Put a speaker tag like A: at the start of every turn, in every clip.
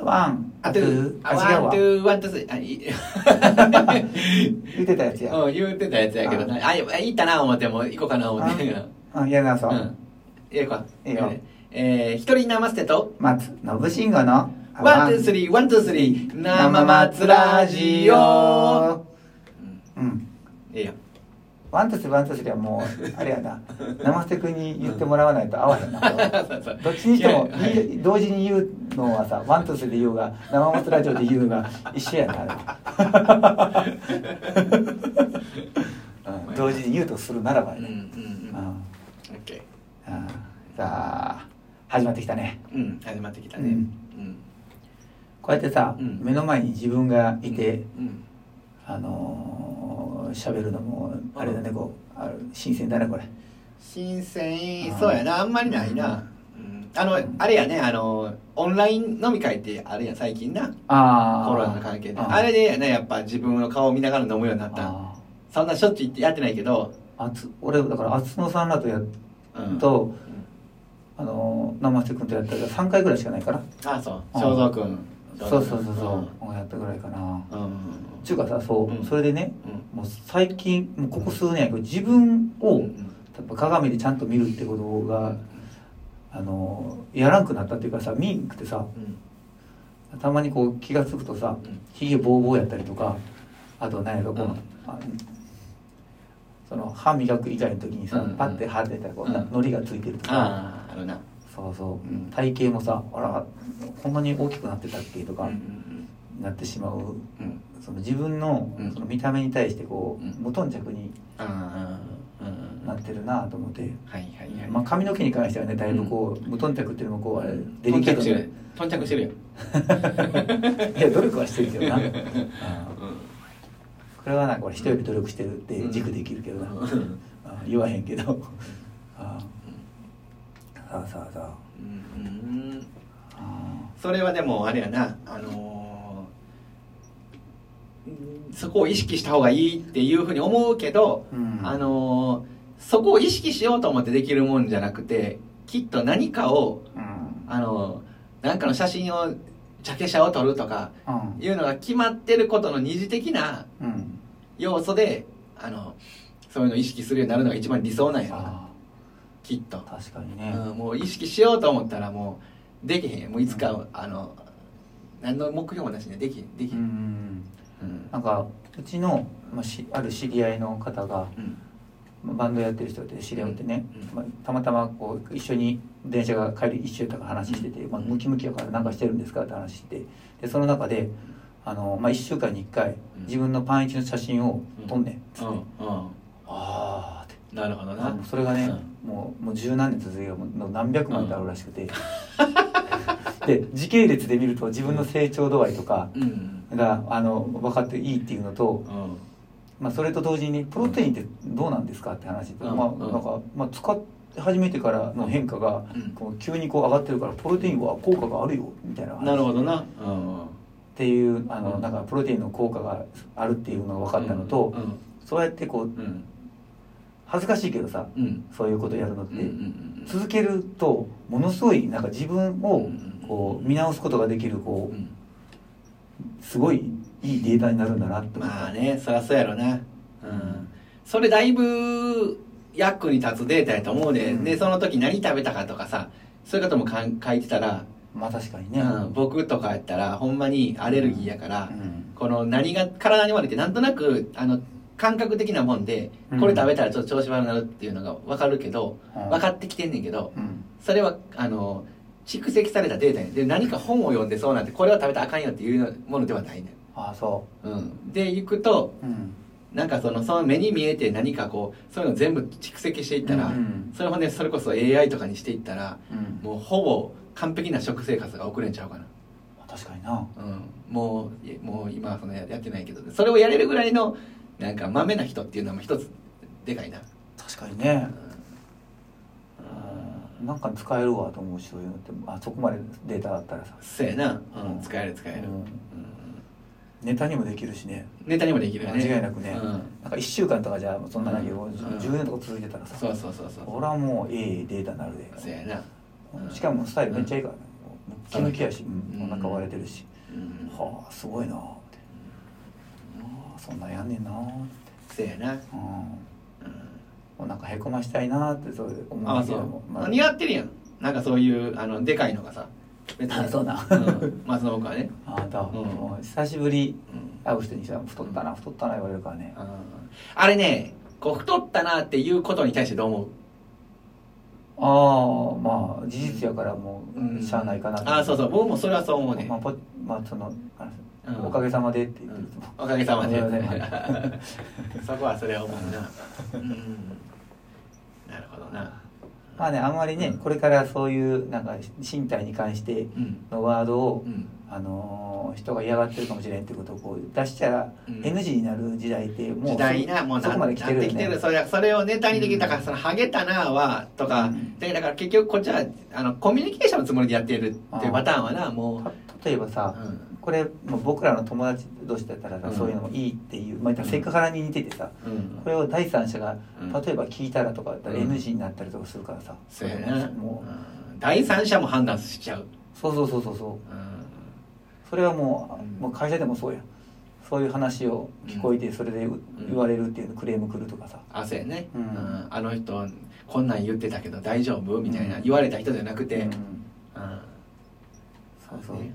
A: ワン、
B: あ、
A: あ、
B: ト
A: ト
B: ゥ
A: ゥ
B: ー、
A: ー、あ、違う
B: ワン、
A: わ
B: ト。ゥー、ワン、トゥー、スリー。あ、いい。
A: 言ってたやつや。
B: うん、言うてたやつやけどな。あ、い行ったな思っても、行こうかな思って。
A: うん、やりなさ
B: う
A: う。
B: ん。ええか。
A: いいよ
B: えー、一人生捨てと、
A: 松信慎吾の、
B: ワン、ツー、ス
A: ー、
B: リー、ワン、ツー、スリー、生松ラジオ。。
A: うん。
B: ええよ。
A: ワンとすワンとすりはもう、あれやな。 生瀬くんに言ってもらわないと合わへんな。
B: そうそう
A: どっちにしても、
B: はい
A: 同時に言うのはさ、ワンとすで言うが、生松ラジオで言うが、一緒やな。 うん同時に言うとするならば
B: うん、う
A: ね。
B: ん、
A: う
B: うんん。
A: う
B: オ
A: ん
B: ッケー。
A: さあ、始まってきたね。
B: うん、始まってきたね。
A: う
B: うんん。
A: こうやってさ、
B: うん
A: 目の前に自分がいて、
B: うん。
A: あのー、喋るのも、あれだね、こう、ある新鮮だね、これ。
B: 新鮮
A: あー
B: そうやなあんまりないな、うんあのあれやねあのオンライン飲み会ってあるやん最近な
A: ああ。
B: コロナの関係で
A: あ
B: あれでやねやっぱ自分の顔を見ながら飲むようになった
A: あ
B: そんなしょっちゅう言ってやってないけど、
A: ーあつ俺だから厚野さんらとやっ
B: うん、
A: と、あのー生瀬君とやったら3回ぐらいしかないから
B: あそう正蔵君
A: そうそうそうそう、やったぐらいかな
B: うんうん
A: ちゅうかさそう、
B: うん
A: それでね
B: うん
A: もう最近もうここ数年やけど自分
B: う
A: を
B: ん
A: やっぱ鏡でちゃんと見るってことが、あのーやらんくなったっていうかさ見んくてさ
B: うん
A: たまにこう気が付くとさ
B: うん
A: ひげぼうぼうやったりとかあと何やろこう、
B: うん
A: あその歯磨く以外の時にさ、
B: うん
A: パッて歯出たらこう、
B: うん
A: のりがついてるとか、
B: あああるな
A: そうそう、
B: うん
A: 体型もさあらこんなに大きくなってたっけと
B: うん
A: か、なってしまう
B: うんうん
A: その自分の,、
B: うん
A: その見た目に対してこう、
B: うん
A: 無頓着に
B: ああうんうん
A: なってるなと思って、
B: はいはいはい
A: まあ、髪の毛に関してはねだいぶこう、無頓着っていうのもこうあれデリケー
B: 頓着
A: ト
B: してる頓着してるよ
A: な いや努力はしてるけどな、 うん
B: うん
A: これはなんか俺人より努力してるって軸できるけどな、
B: うん
A: あ言わへんけ どあさあさあさ
B: うん
A: ああ
B: それはでもあれやなあのーそこを意識した方がいいっていうふうに思うけど、
A: うん
B: あのーそこを意識しようと思ってできるもんじゃなくてきっと何かを
A: ーうん
B: あのーなんかの写真をジャケ写を撮るとか
A: うん
B: いうのが決まってることの二次的な
A: うん
B: 要素であのそういうのを意識するようになるのが一番理想なんやろな
A: あ
B: きっと
A: あ、確かにね、
B: うん、もう意識しようと思ったらもうできへんもういつか、あの何の目標もなしねできへんでき
A: う
B: へん、
A: ん
B: うん
A: なんかうちの、まあ、しある知り合いの方が
B: うん
A: まあバンドやってる人で知り合ってね、
B: うん
A: まあ、たまたまこう一緒に電車が帰り一緒とか話してて、まあ、ムキムキやから何かしてるんですかって話してでその中であの、まあ、1週間に1回
B: うん
A: 自分のパン一の写真を撮んねんっつって、
B: うん
A: ああって
B: なるほどな
A: もうそれがね、もうもう十何年続けるもう何百枚ってあるらしくて、 で時系列で見ると自分の成長度合いとか
B: うんうん
A: があの分かっていいっていうのと、
B: うん
A: まあ、それと同時にプロテインってどうなんですかって話と、
B: うん
A: まあ
B: うん
A: なんか、まあ、使って始めてからの変化が、
B: うん
A: こう急にこう上がってるからプロテインは効果があるよみたいな話
B: なるほどなうんうん
A: っていうあの、
B: うん
A: なんかプロテインの効果があるっていうのが分かったのと、
B: うん
A: そうやってこう
B: うん
A: 恥ずかしいけどさ
B: うんうん
A: そういうことやるのって、
B: うんうん
A: 続けるとものすごいなんか自分
B: う
A: を
B: ん
A: こう見直すことができるこ
B: うん
A: うすごいいいデータになるんだなって思った
B: まあねそりゃそうやろなうんそれだいぶ役に立つデータやと思うで、
A: うん
B: でその時何食べたかとかさそういうこともかん書いてたら
A: まあ確かにね、
B: うん、僕とかやったらほんまにアレルギーやから、
A: うん
B: この何が体に悪いってなんとなくあの感覚的なもんで
A: うん
B: これ食べたらちょっと調子悪くなるっていうのが分かるけど
A: うん
B: 分かってきてんねんけど
A: うん
B: それはあの蓄積されたデータやねんで何か本を読んでそうなんてこれは食べたらあかんよっていうものではないね
A: ああそ
B: ん、うん、で行くと
A: ううん
B: なんかそのその目に見えて何かこうそういうの全部蓄積していったら、
A: うん
B: それもねそれこそ AI とかにしていったら
A: うん
B: もうほぼ完璧な食生活が送れんちゃうかな
A: 確かにな
B: うん、もういもう今はそのややってないけどそれをやれるぐらいのなんかまめな人っていうのも一つでかいな、
A: 確かにね
B: うん、
A: うんなんか使えるわと思うしそういうのってあそこまでデータあったらさ
B: そうやな、うん
A: うん
B: 使える使える、
A: う
B: うんん
A: ネタにもできるしね
B: ネタにもできるよね
A: 間違いなくね
B: うん、
A: なんか1週間とかじゃそんなだけど、
B: うん
A: 10年とか続いてたらさ、
B: そうそうそうそう
A: 俺はもうええデータになるで
B: そうやな、うん
A: しかもスタイルめっちゃいいからね、もうムキムキやし、
B: う
A: うんん、お腹割れてるし、
B: うん
A: はあすごいなあって、ああそんなんやんねんなあって、
B: せやな、
A: うん、
B: うん
A: お腹へこましたいなあってそう思
B: あ
A: う
B: あ
A: け
B: そ
A: ど
B: う
A: も、
B: 似合ってるやんなんかそういうあのでかいのがさ別、
A: あ そうなん
B: 松信はね、
A: あなた、
B: うん
A: もう久しぶり
B: うん
A: 会う人にさ太ったな太ったな言われるからね、
B: あーあれねこう太ったなっていうことに対してどう思う
A: ああまあ事実やからもうしゃあないかな
B: ああそうそう僕もそれはそう思うね
A: まあ、ぽまあそのあの
B: うん
A: おかげさまでって
B: う
A: 言ってると
B: んおかげさまで
A: おかげさ
B: そこはそれは思うなうんなるほどな
A: まあねあんまりね、
B: うん
A: これからそういうなんか身体に関して
B: うん
A: のワードを、
B: うん
A: あのー人が嫌がってるかもしれんってことをこう出したら
B: うん
A: NG になる時代ってもう
B: 時代なもう
A: そ
B: な
A: こまで来
B: な
A: て
B: っ
A: る
B: て
A: よ
B: きてる
A: ね
B: それそれをネタにでき
A: うん
B: たからその「ハゲたな」はとか、
A: うん
B: でだから結局こっちはあのコミュニケーションのつもりでやってるっていうパターンはなもう、
A: た例えばさ、
B: うん
A: これもう僕らの友達同士だったらさ、
B: うん
A: そういうのもいいっていう、まあ、言ったらセクハラに似ててさ
B: うん
A: こ、れを第三者が
B: うん
A: 例えば聞いたらとかだったら
B: うん
A: NG になったりとかするからさ、
B: そうやな、
A: もう
B: うん第三者も判断しちゃう、
A: そうそうそうそうそう
B: うん
A: それはもう,、
B: うん
A: もう会社でもそうやそういう話を聞こえてそれでう、
B: ん
A: 言われるっていうのクレーム来るとかさ
B: あそうやね、
A: うん
B: うんあの人こんなん言ってたけど大丈夫みたいな、
A: うん
B: 言われた人じゃなくて、
A: う
B: うんん
A: そうそう、
B: ね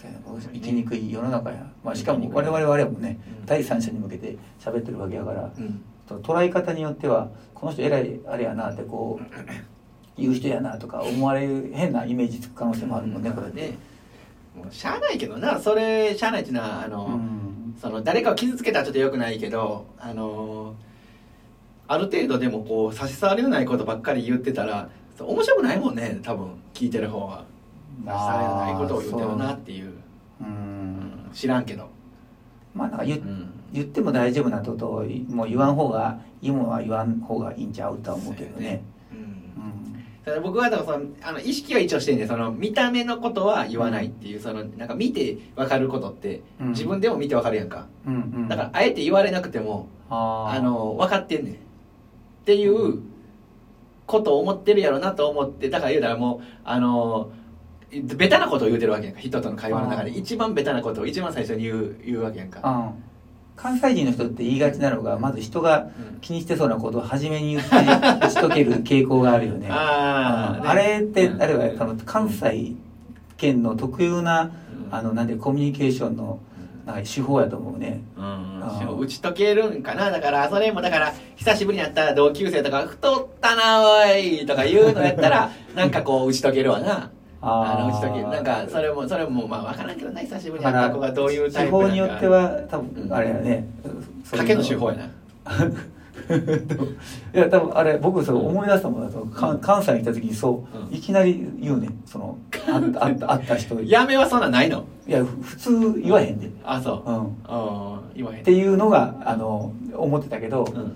A: そうやな生きにくい世の中や、まあ、しか
B: 生きに
A: も
B: くい
A: 我々はあれやもんね、
B: うん
A: 第三者に向けて喋ってるわけやから
B: うんうん
A: 捉え方によってはこの人偉いあれやなってこ う言う人やなとか思われる変なイメージつく可能性もあるもんね、これね、
B: ねもうしゃあないけどなそれしゃあないっていうのはあの、
A: うん
B: その誰かを傷つけたらちょっと良くないけどあのある程度でもこう差し障りのないことばっかり言ってたらそう面白くないもんね多分聞いてる方は差し障りのないことを言ってるなっていう、
A: そうう
B: うんん、知らんけど、
A: まあなんか言,、
B: うん
A: 言っても大丈夫なことをもう言わん方がいいものは言わん方がいいんちゃうとは思うけどね
B: そうやねうん
A: うん
B: それ僕はだからそのあの意識は一応してんでその見た目のことは言わないっていうそのなんか見て分かることって
A: うん
B: 自分でも見て分かるやんか、
A: うんうん
B: だからあえて言われなくても、
A: あ
B: あ
A: ー
B: の分かってんねんっていうことを思ってるやろなと思ってだから言うたらもうあのベタなことを言うてるわけやんか人との会話の中で
A: あー
B: 一番ベタなことを一番最初に言う言うわけやんか、
A: うん関西人の人って言いがちなのがまず人が
B: うん
A: 気にしてそうなことを初めに言って打ち解ける傾向があるよね う
B: あー
A: ん
B: ね
A: あれって
B: うん
A: あれはその関西圏の特有な
B: うん
A: あのなんでコミュニケーションのなんか手法やと思うね
B: うん
A: あー
B: 打ち解けるんかなだからそれもだから久しぶりに会った同級生とか「太ったなおい!」とか言うのやったらなんかこう打ち解けるわなあの打ち解けるなんかそれもそれもまあ分からんけどな久しぶりに会った子がどういうタイ
A: 手
B: プなの
A: 法
B: か
A: によっては多分あれやね
B: 賭けの手法や
A: な
B: ない
A: や多分あれ僕それ思い出したもんだとか
B: うん
A: 関西に行った時にそう、
B: うん
A: いきなり言うねんそのあ ったあったあった人いや
B: やめはそんなんないの
A: 普通言わへんで、うん、
B: あそう
A: っ
B: うん言わへん
A: ていうのがあの思ってたけど、
B: うん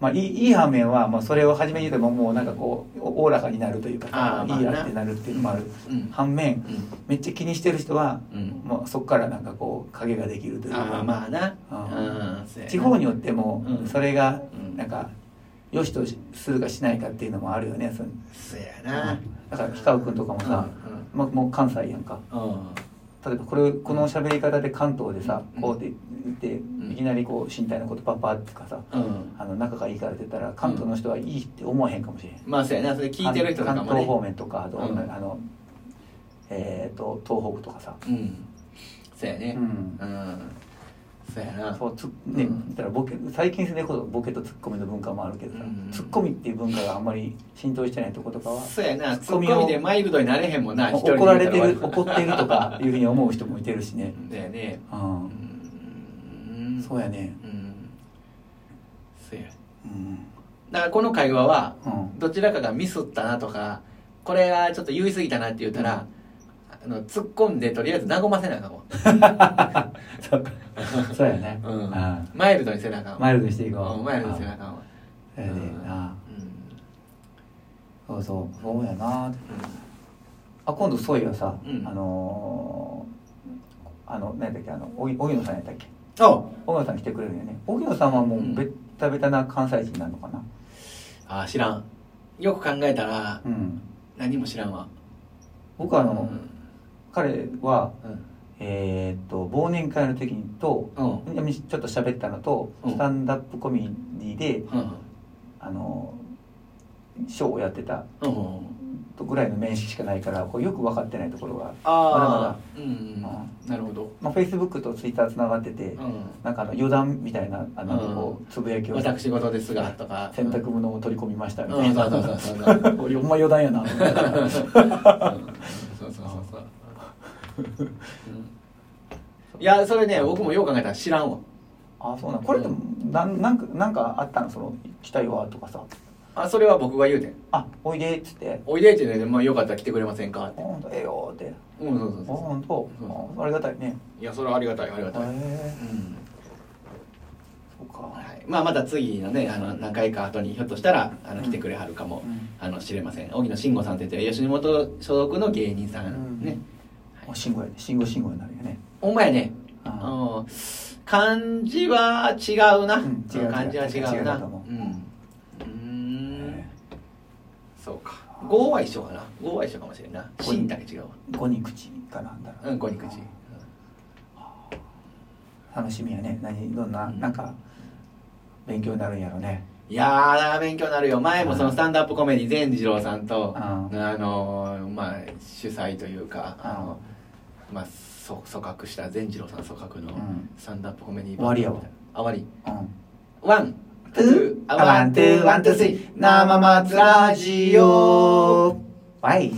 A: まあ、いいいい反面は、まあ、それを初めに言うてももうなんかこうおおおらかになるというか
B: あーまあ
A: いい
B: な
A: やってなるっていうのもある、
B: うん
A: 反面めっちゃ気にしてる人は、
B: うん
A: もうそこからなんかこう影ができるという
B: あ
A: か
B: あまあな
A: うん
B: うんそうやな
A: 地方によっても
B: うん
A: それが
B: うん
A: なんか良しとするかしないかっていうのもあるよねその
B: そうやな
A: だから氷川君とかもさ、まもう関西やんか
B: うんうんうん
A: 例えばこれこの喋り方で関東でさ
B: うん
A: こうって言っていきなりこう身体のことパッパってかさ
B: うん
A: あの仲がいいからって言ったら関東の人はいいって思わへんかもしれん
B: まあそうやなそれ聞いてる人とかもね
A: 関東方面とかあと、
B: うん
A: あのえっ、と東北とかさ、
B: うんそうやね
A: う
B: うん
A: ん
B: そうやな
A: そうつね
B: うん
A: 言ったらボケ最近それこそボケとツッコミの文化もあるけどさ、
B: うん
A: ツッコミっていう文化があんまり浸透してないとことかは
B: そうやな
A: ツ
B: ツ
A: ッコ
B: ッコ
A: ミを
B: ミでマイルドになれへんもんな一人で
A: 怒られて
B: 言う
A: る
B: た
A: 怒ってるとかいうふうに思う人もいてるしね、
B: だよね
A: う
B: うんん
A: そうやね
B: うんそうや
A: うん、
B: だからこの会話は
A: うん、
B: どちらかがミスったなとかこれはちょっと言い過ぎたなって言ったら、あの突っ込んでとりあえず和ませなあかんもん、
A: そうかそうやね、
B: うん
A: あ
B: マイルドにせなあかん
A: あ
B: わ
A: マイルドにしていこ
B: う
A: うん
B: マイルドにせなあかんわ
A: そうやね
B: うん
A: あそう
B: う
A: そうそうやなんあ今度そういえばさ、
B: うん
A: あのーあの何やったっけあの荻荻野さんやったっけ
B: お
A: 荻野さん来てくれるよね荻野さんはもうベッタベタな関西人なのかな
B: あー知らんよく考えたら
A: うん
B: 何も知らんわ
A: 僕はあの、
B: うん
A: 彼は
B: うん
A: えーっと忘年会の時にと
B: うん
A: ちょっと喋ったのと、
B: うん
A: スタンダップコメディで
B: うん
A: あのショーをやってた
B: うん
A: ぐらいの面識しかないからこうよく分かってないところが、
B: ああうんなるほど
A: まあ、Facebook と Twitter つながってて、
B: うん
A: なんかあの余談みたいなあのこうつぶやきをして
B: 私事ですがとか
A: 洗濯物を取り込みましたみた
B: う
A: い
B: んそ
A: な、
B: うそうそうそうそ うそう
A: 俺ほんま余談やなみたいな
B: そうそううんいやそれね僕もよう考えたら知らんわ
A: あそうなんこれでもなんなんかなんかあったのその来たいわとかさ
B: あそれは僕が言うてん
A: あおいでっつって
B: 「おいで」って言うて、まあ、よかったら来てくれませんかっ
A: あ
B: て
A: ほんとええよって
B: うんそうそう
A: あほ
B: そ
A: んとあありがたいね
B: ういやそれはありがたいありが
A: へ
B: たい、
A: え
B: うん
A: そうか
B: はい、まあまた次のねあの何回か後にひょっとしたらあの来てくれはるかも、
A: うん
B: あの知れません荻野慎吾さんって言って吉本所属の芸人さんね、
A: うんお慎吾やね慎吾慎吾になるよね
B: お前ね
A: あー
B: うん漢字は違うな、
A: うん違う違う
B: 漢字は違うな
A: 違うと思う
B: うんうーん
A: ね
B: そうか五は一緒かな五は一緒かもしれんな
A: 五に
B: 真だけ違うわ
A: 五に口かなんだろ
B: うん五に口
A: 楽しみやね何どんななんか勉強になるんやろね
B: いやー勉強になるよ前もそのスタンダップコメディ善次郎さんとあ
A: うん
B: のーまあ主催というかあ
A: うん
B: のまあそ組閣した善次郎さん組閣の
A: うん
B: スタンダップコメディ
A: 終わりやわ
B: あ終わり
A: うん
B: ワン、ツー、
A: ワン、ツー、ワン、ツー、スリー、生松ラジオ。はい。